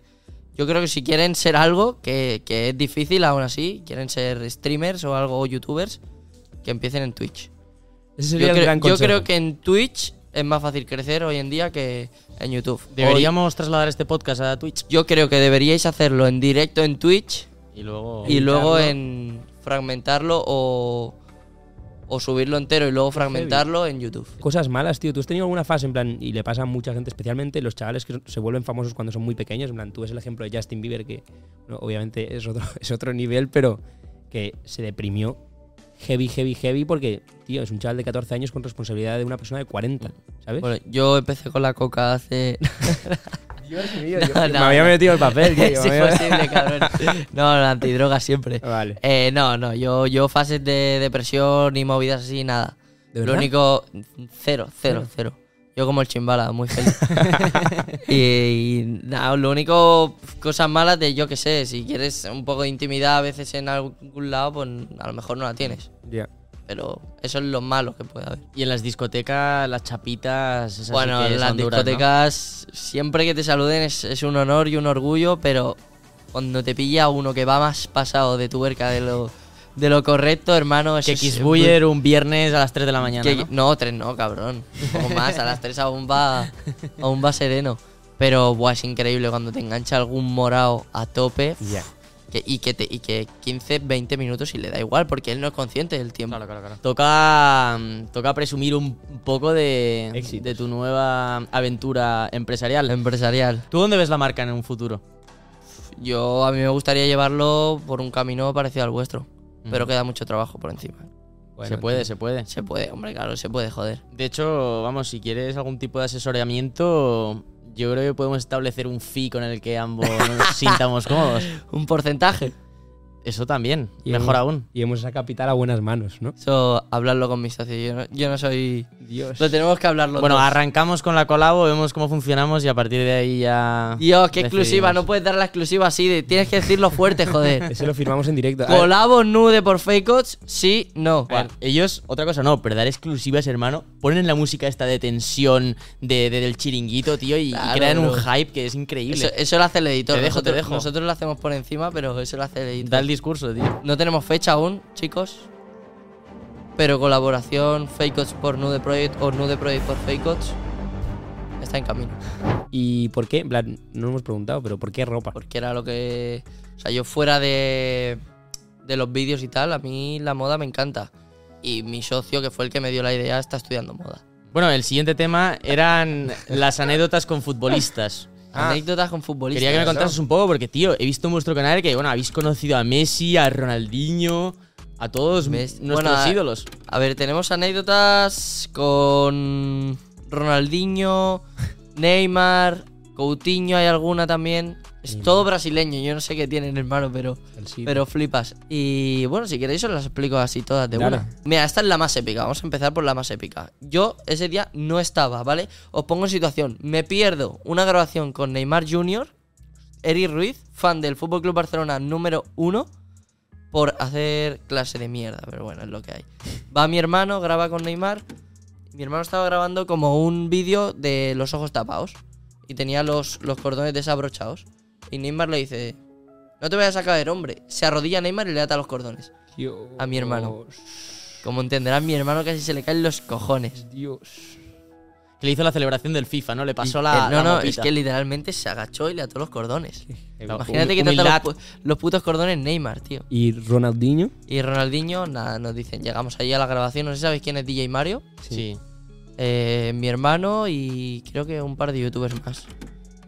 Speaker 1: Yo creo que si quieren ser algo que, que es difícil aún así, quieren ser streamers o algo o youtubers, que empiecen en Twitch. Yo,
Speaker 3: Ese sería el
Speaker 1: cre-
Speaker 3: gran
Speaker 1: yo
Speaker 3: consejo.
Speaker 1: creo que en Twitch es más fácil crecer hoy en día que en YouTube. Hoy-
Speaker 2: Deberíamos trasladar este podcast a Twitch.
Speaker 1: yo creo que deberíais hacerlo en directo en Twitch
Speaker 2: Y luego.
Speaker 1: y luego en fragmentarlo o, o subirlo entero y luego fragmentarlo en YouTube.
Speaker 3: Cosas malas, tío. Tú has tenido alguna fase, en plan, y le pasa a mucha gente, especialmente los chavales que se vuelven famosos cuando son muy pequeños. En plan, tú ves el ejemplo de Justin Bieber, que bueno, obviamente es otro, es otro nivel, pero que se deprimió heavy, heavy, heavy, porque, tío, es un chaval de 14 años con responsabilidad de una persona de 40, ¿sabes?
Speaker 1: Bueno, yo empecé con la coca hace...
Speaker 3: me
Speaker 1: no,
Speaker 3: había
Speaker 1: no.
Speaker 3: metido el papel, tío.
Speaker 1: es
Speaker 3: me había-
Speaker 1: imposible, cabrón. No, la antidroga siempre.
Speaker 3: Vale.
Speaker 1: Eh, no, no, yo, yo fases de depresión y movidas así, nada.
Speaker 3: ¿De
Speaker 1: Lo
Speaker 3: verdad?
Speaker 1: único, cero, cero, cero. Yo como el chimbala, muy feliz. y, y nada, lo único, cosas malas de yo que sé, si quieres un poco de intimidad a veces en algún lado, pues a lo mejor no la tienes.
Speaker 3: Ya.
Speaker 1: Pero eso es lo malo que puede haber.
Speaker 2: Y en las discotecas, las chapitas. esas sí
Speaker 1: Bueno,
Speaker 2: que
Speaker 1: en las
Speaker 2: son duras, ¿no?
Speaker 1: discotecas, siempre que te saluden es, es un honor y un orgullo, pero cuando te pilla uno que va más pasado de tuerca de lo, de lo correcto, hermano, es
Speaker 2: Que
Speaker 1: es-
Speaker 2: Kissbuyer un viernes a las 3 de la mañana.
Speaker 1: que-
Speaker 2: ¿no?
Speaker 1: ¿no? tres no, cabrón. Un poco más, a las tres aún va, aún va sereno. Pero buah, es increíble cuando te engancha algún morado a tope
Speaker 3: Ya.
Speaker 1: que- y, que te, y que 15, 20 minutos y le da igual porque él no es consciente del tiempo.
Speaker 2: Toca, mm, toca presumir un poco de,
Speaker 3: Éxitos.
Speaker 2: de tu nueva aventura empresarial.
Speaker 1: Empresarial.
Speaker 2: ¿Tú dónde ves la marca en un futuro?
Speaker 1: Yo a mí me gustaría llevarlo por un camino parecido al vuestro, pero queda mucho trabajo por encima.
Speaker 3: Bueno,
Speaker 2: se puede, se puede.
Speaker 1: Se puede, hombre, claro, se puede joder.
Speaker 2: De hecho, vamos, si quieres algún tipo de asesoramiento, yo creo que podemos establecer un fee con el que ambos nos sintamos cómodos.
Speaker 1: Un porcentaje.
Speaker 2: Eso también,
Speaker 3: Y hemos-
Speaker 2: mejor aún.
Speaker 3: Y hemos esa capital a buenas manos, ¿no?
Speaker 1: Eso, hablarlo con mis socios. Yo no, yo no soy.
Speaker 3: Dios.
Speaker 1: Lo tenemos que hablarlo.
Speaker 2: Bueno,
Speaker 1: todos.
Speaker 2: arrancamos con la colabo, vemos cómo funcionamos y a partir de ahí ya...
Speaker 1: Dios, qué exclusiva.
Speaker 2: decidimos.
Speaker 1: No puedes dar la exclusiva así. de- tienes que decirlo fuerte, joder.
Speaker 3: Ese lo firmamos en directo. A ver,
Speaker 1: ¿Colabo nude por Fakeots? Sí, no.
Speaker 2: A ver, ellos, otra cosa no, pero dar exclusivas, hermano, ponen la música esta de tensión de, de- del chiringuito, tío, y, y
Speaker 1: Claro,
Speaker 2: crean un
Speaker 1: bro.
Speaker 2: hype que es increíble.
Speaker 1: Eso, eso lo hace el editor.
Speaker 2: Te dejo, te
Speaker 1: Nosotros-
Speaker 2: dejo.
Speaker 1: Nosotros lo hacemos por encima, pero eso lo hace el editor.
Speaker 2: Da el discurso, tío.
Speaker 1: No tenemos fecha aún, chicos. Pero colaboración Fakeots por Nude Project o Nude Project por Fakeots está en camino.
Speaker 3: ¿Y por qué? En plan, no nos hemos preguntado, pero ¿por qué ropa?
Speaker 1: Porque era lo que. O sea, yo fuera de. de los vídeos y tal, a mí la moda me encanta. Y mi socio, que fue el que me dio la idea, está estudiando moda.
Speaker 2: Bueno, el siguiente tema eran las anécdotas con futbolistas.
Speaker 1: Anécdotas con futbolistas.
Speaker 2: Ah. Quería que me contases un poco porque, tío, he visto en vuestro canal que, bueno, habéis conocido a Messi, a Ronaldinho, a todos
Speaker 1: Messi.
Speaker 2: nuestros
Speaker 1: Bueno, a-
Speaker 2: ídolos.
Speaker 1: A ver, tenemos anécdotas con Ronaldinho, Neymar, Coutinho hay alguna también. Es todo brasileño, yo no sé qué tienen hermano, pero,
Speaker 3: El sitio.
Speaker 1: pero flipas. Y bueno, si queréis os las explico así todas de
Speaker 3: Dale.
Speaker 1: una. Mira, esta es la más épica, vamos a empezar por la más épica. Yo ese día no estaba, ¿vale? Os pongo en situación, me pierdo una grabación con Neymar Jr. Eri Ruiz, fan del Fútbol Club Barcelona número uno, por hacer clase de mierda, pero bueno, es lo que hay. Va mi hermano, graba con Neymar. Mi hermano estaba grabando como un vídeo de los ojos tapados y tenía los, los cordones desabrochados. Y Neymar le dice: No te vayas a caer, hombre. Se arrodilla Neymar y le ata los cordones.
Speaker 3: Dios.
Speaker 1: A mi hermano. Como entenderán, mi hermano casi se le caen los cojones.
Speaker 3: Dios.
Speaker 2: Que le hizo la celebración del FIFA, ¿no? Le pasó
Speaker 1: Eh,
Speaker 2: la.
Speaker 1: no,
Speaker 2: la
Speaker 1: no,
Speaker 2: mopita.
Speaker 1: es que literalmente se agachó y le ató los cordones.
Speaker 2: Humi-
Speaker 1: Imagínate que te ata
Speaker 2: humildad.
Speaker 1: los, pu- los putos cordones Neymar, tío.
Speaker 3: ¿Y Ronaldinho?
Speaker 1: Y Ronaldinho, nada, nos dicen, llegamos allí a la grabación, no sé si sabéis quién es DJ Mario,
Speaker 2: Sí.
Speaker 1: eh, mi hermano y creo que un par de youtubers más.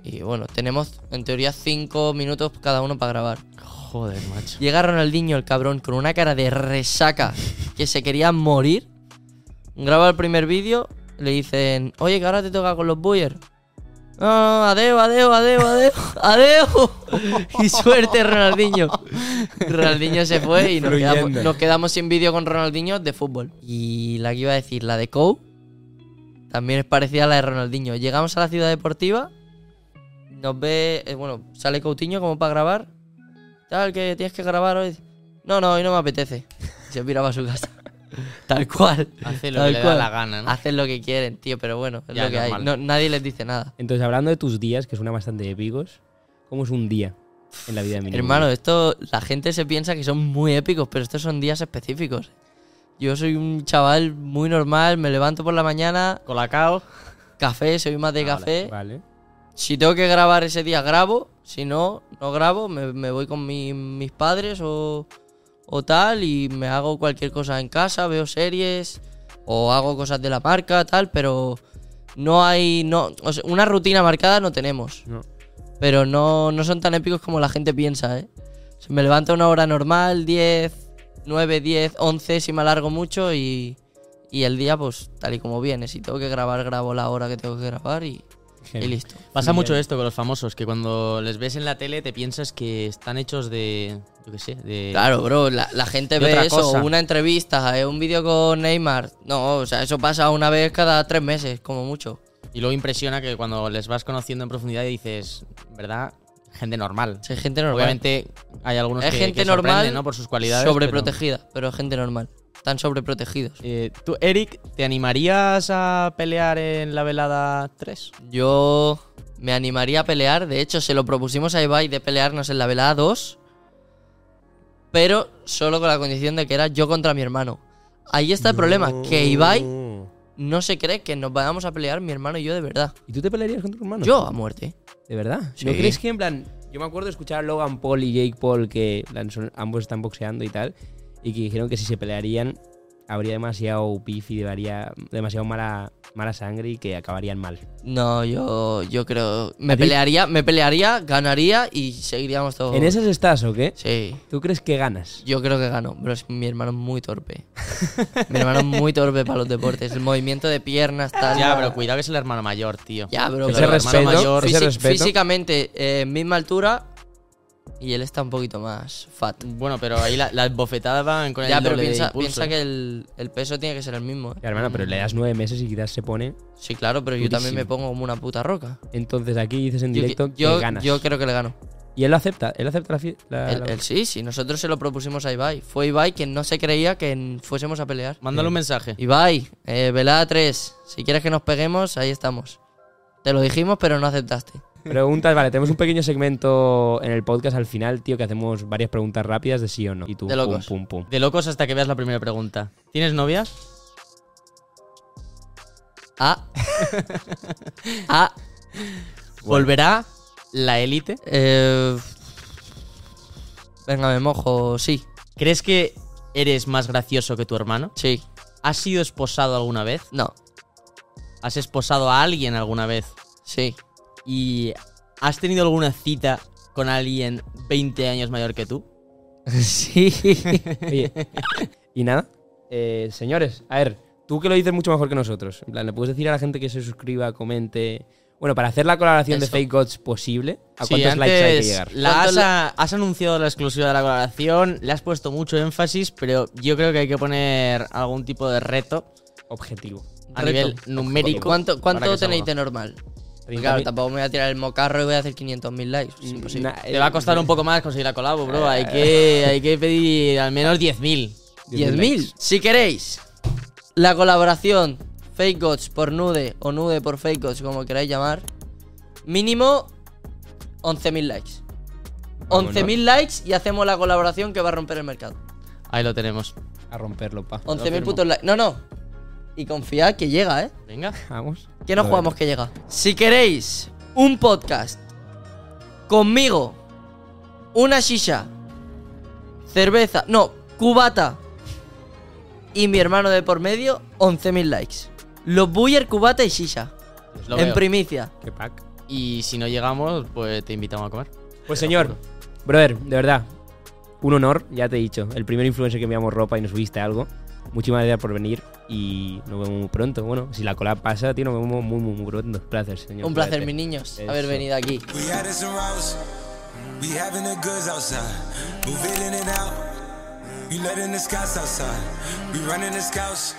Speaker 1: Y bueno, tenemos en teoría cinco minutos cada uno para grabar.
Speaker 2: Joder, macho.
Speaker 1: Llega Ronaldinho, el cabrón, con una cara de resaca que se quería morir. Graba el primer vídeo, le dicen, oye, que ahora te toca con los Buyer. No, no, no, adeo, adeo, adeo, adeo, adeo. y suerte, Ronaldinho. Ronaldinho se fue y nos
Speaker 3: Fluyendo.
Speaker 1: quedamos, nos quedamos sin vídeo con Ronaldinho de fútbol. Y la que iba a decir, la de Cou, también es parecida a la de Ronaldinho. Llegamos a la ciudad deportiva, nos ve, eh, bueno, sale Coutinho como para grabar. Tal, que tienes que grabar hoy. No, no, hoy no me apetece. Y Se pira para su casa. Tal cual.
Speaker 2: Hace lo
Speaker 1: Tal
Speaker 2: que le da la gana, ¿no?
Speaker 1: Hacen lo que quieren, tío, pero bueno, es
Speaker 2: Ya,
Speaker 1: lo que hay.
Speaker 2: normal.
Speaker 1: No- nadie les dice nada.
Speaker 3: Entonces, hablando de tus días, que suena bastante épicos, ¿cómo es un día en la vida de mi
Speaker 1: Hermano, esto, la gente se piensa que son muy épicos, pero estos son días específicos. Yo soy un chaval muy normal, me levanto por la mañana,
Speaker 2: Colacao.
Speaker 1: café, soy más de café.
Speaker 3: Vale.
Speaker 1: Si tengo que grabar ese día, grabo. Si no, no grabo. Me, me voy con mi- mis padres o, o tal y me hago cualquier cosa en casa, veo series o hago cosas de la marca, tal, pero no hay... No, o sea, una rutina marcada no tenemos.
Speaker 3: No.
Speaker 1: Pero no, no son tan épicos como la gente piensa, ¿eh? Se me levanta una hora normal, 10, 9, 10, 11 si me alargo mucho y, y el día pues tal y como viene. Si tengo que grabar, grabo la hora que tengo que grabar y- y listo.
Speaker 2: Pasa
Speaker 3: Bien.
Speaker 2: mucho esto con los famosos, que cuando les ves en la tele te piensas que están hechos de. Yo qué sé, de.
Speaker 1: Claro, bro, la, la gente
Speaker 2: Y
Speaker 1: ve
Speaker 2: otra
Speaker 1: eso,
Speaker 2: cosa.
Speaker 1: una entrevista, eh, un vídeo con Neymar. No, o sea, eso pasa una vez cada tres meses, como mucho.
Speaker 2: Y luego impresiona que cuando les vas conociendo en profundidad y dices, ¿verdad? Gente normal.
Speaker 1: O sea, es gente normal.
Speaker 2: Obviamente hay algunos
Speaker 1: es
Speaker 2: que,
Speaker 1: gente
Speaker 2: que
Speaker 1: normal,
Speaker 2: sorprenden, ¿no? Por sus cualidades.
Speaker 1: sobreprotegida, pero... es gente normal. Están sobreprotegidos.
Speaker 2: pero- Eh, Tú, Eric, ¿te animarías a pelear en la velada 3?
Speaker 1: Yo me animaría a pelear, de hecho, se lo propusimos a Ibai de pelearnos en la velada 2, pero solo con la condición de que era yo contra mi hermano. Ahí está el problema, que Ibai no se cree que nos vayamos a pelear mi hermano y yo de verdad.
Speaker 3: ¿Y tú te pelearías con tu hermano?
Speaker 1: Yo a muerte.
Speaker 3: ¿De verdad?
Speaker 1: Sí.
Speaker 3: ¿No crees que en plan... Yo me acuerdo de escuchar a Logan Paul y Jake Paul que en plan, son- ambos están boxeando y tal, y que dijeron que si se pelearían habría demasiado pif y habría demasiado mala, mala sangre y que acabarían mal.
Speaker 1: No, yo, yo creo. Me
Speaker 3: ¿A ti?
Speaker 1: pelearía, me pelearía, ganaría y seguiríamos todos.
Speaker 3: ¿En esas estás o qué?
Speaker 1: Sí.
Speaker 3: ¿Tú crees que ganas?
Speaker 1: Yo creo que gano, pero es mi hermano es muy torpe. mi hermano es muy torpe para los deportes. El movimiento de piernas, tal.
Speaker 2: Ya, pero cuidado que es el hermano mayor, tío.
Speaker 1: Ya, pero.
Speaker 2: Que
Speaker 3: Ese
Speaker 2: lo del
Speaker 3: respeto,
Speaker 2: hermano mayor.
Speaker 3: ese
Speaker 1: físi-
Speaker 3: respeto.
Speaker 1: Físicamente, eh, misma altura. Y él está un poquito más fat.
Speaker 2: Bueno, pero ahí la- las bofetadas van con el
Speaker 1: Ya, pero
Speaker 2: doble de
Speaker 1: piensa,
Speaker 2: impulso,
Speaker 1: piensa
Speaker 2: ¿eh?
Speaker 1: que el, el peso tiene que ser el mismo. ¿eh?
Speaker 3: Ya, hermano, pero le das nueve meses y quizás se pone.
Speaker 1: Sí, claro, pero yo también
Speaker 3: Durísimo.
Speaker 1: me pongo como una puta roca.
Speaker 3: Entonces aquí dices en
Speaker 1: Yo-
Speaker 3: directo que
Speaker 1: yo,
Speaker 3: ganas.
Speaker 1: yo creo que le gano.
Speaker 3: Y él lo acepta, él acepta la... fi- la-
Speaker 1: El,
Speaker 3: la-
Speaker 1: el sí, sí, nosotros se lo propusimos a Ibai. Fue Ibai quien no se creía que en- fuésemos a pelear.
Speaker 2: Mándale un mensaje.
Speaker 1: Ibai, eh, velada 3, si quieres que nos peguemos, ahí estamos. Te lo dijimos, pero no aceptaste.
Speaker 3: Preguntas, vale, tenemos un pequeño segmento en el podcast al final, tío, que hacemos varias preguntas rápidas de sí o no. Y tú,
Speaker 1: De locos.
Speaker 3: pum, pum, pum.
Speaker 2: De locos hasta que veas la primera pregunta. ¿Tienes novias?
Speaker 1: Ah. ah.
Speaker 2: ¿Volverá la élite?
Speaker 1: eh, venga, me mojo. Sí,
Speaker 2: ¿Crees que eres más gracioso que tu hermano?
Speaker 1: sí.
Speaker 2: ¿Has sido esposado alguna vez?
Speaker 1: No,
Speaker 2: ¿Has esposado a alguien alguna vez?
Speaker 1: sí.
Speaker 2: ¿Y has tenido alguna cita con alguien 20 años mayor que tú?
Speaker 1: sí.
Speaker 3: Oye, y nada, eh, señores, a ver, tú que lo dices mucho mejor que nosotros. En plan, le puedes decir a la gente que se suscriba, comente. Bueno, para hacer la colaboración
Speaker 1: Eso.
Speaker 3: de Fake Gods posible, ¿a
Speaker 2: Sí,
Speaker 3: cuántos likes hay que
Speaker 2: antes
Speaker 3: llegar?
Speaker 2: la has,
Speaker 1: ¿Cuántos
Speaker 2: has anunciado la exclusiva de la colaboración, le has puesto mucho énfasis, pero yo creo que hay que poner algún tipo de reto
Speaker 3: Objetivo.
Speaker 2: a
Speaker 1: Reto.
Speaker 2: nivel
Speaker 1: ¿Y
Speaker 2: numérico.
Speaker 1: cuánto,
Speaker 2: para
Speaker 1: cuánto
Speaker 2: que salga.
Speaker 1: tenéis de normal? Porque, claro, tampoco me voy a tirar el mocarro y voy a hacer 500.000 likes.
Speaker 3: Mm,
Speaker 1: Es imposible.
Speaker 3: Nah,
Speaker 2: Te va a costar un poco más conseguir la colabo, bro. Hay
Speaker 1: Eh.
Speaker 2: que, hay que pedir al menos 10.000.
Speaker 1: 10.000. Si queréis la colaboración Fake Gods por Nude o Nude por Fake Gods, como queráis llamar, mínimo 11.000 likes. 11.000 likes y hacemos la colaboración que va a romper el mercado.
Speaker 2: Ahí lo tenemos.
Speaker 3: A romperlo, pa.
Speaker 1: 11.000 putos likes. No, no. Y confiad que llega, ¿eh?
Speaker 2: Venga.
Speaker 3: Vamos.
Speaker 1: Que no
Speaker 3: Lo
Speaker 1: jugamos que llega. Si queréis un podcast conmigo, una shisha, cerveza, no, cubata y mi hermano de por medio, 11.000 likes. Los Buyer, cubata y shisha.
Speaker 2: Lo
Speaker 1: en
Speaker 2: veo.
Speaker 1: primicia.
Speaker 3: Qué pack.
Speaker 2: Y si no llegamos, pues te invitamos a comer.
Speaker 3: Pues señor, brother, de verdad, un honor, ya te he dicho, el primer influencer que enviamos ropa y nos subiste algo. Muchísimas gracias por venir y nos vemos muy pronto. Bueno, si la cola pasa, tío, nos vemos muy, muy, muy pronto. Placer, señor.
Speaker 1: Un placer,
Speaker 3: Cuídate.
Speaker 1: mis niños, haber
Speaker 3: Eso.
Speaker 1: venido aquí.
Speaker 4: We had us some rows. We having the goods outside. Move it in and out. You letting the scouts outside. We running the scouts.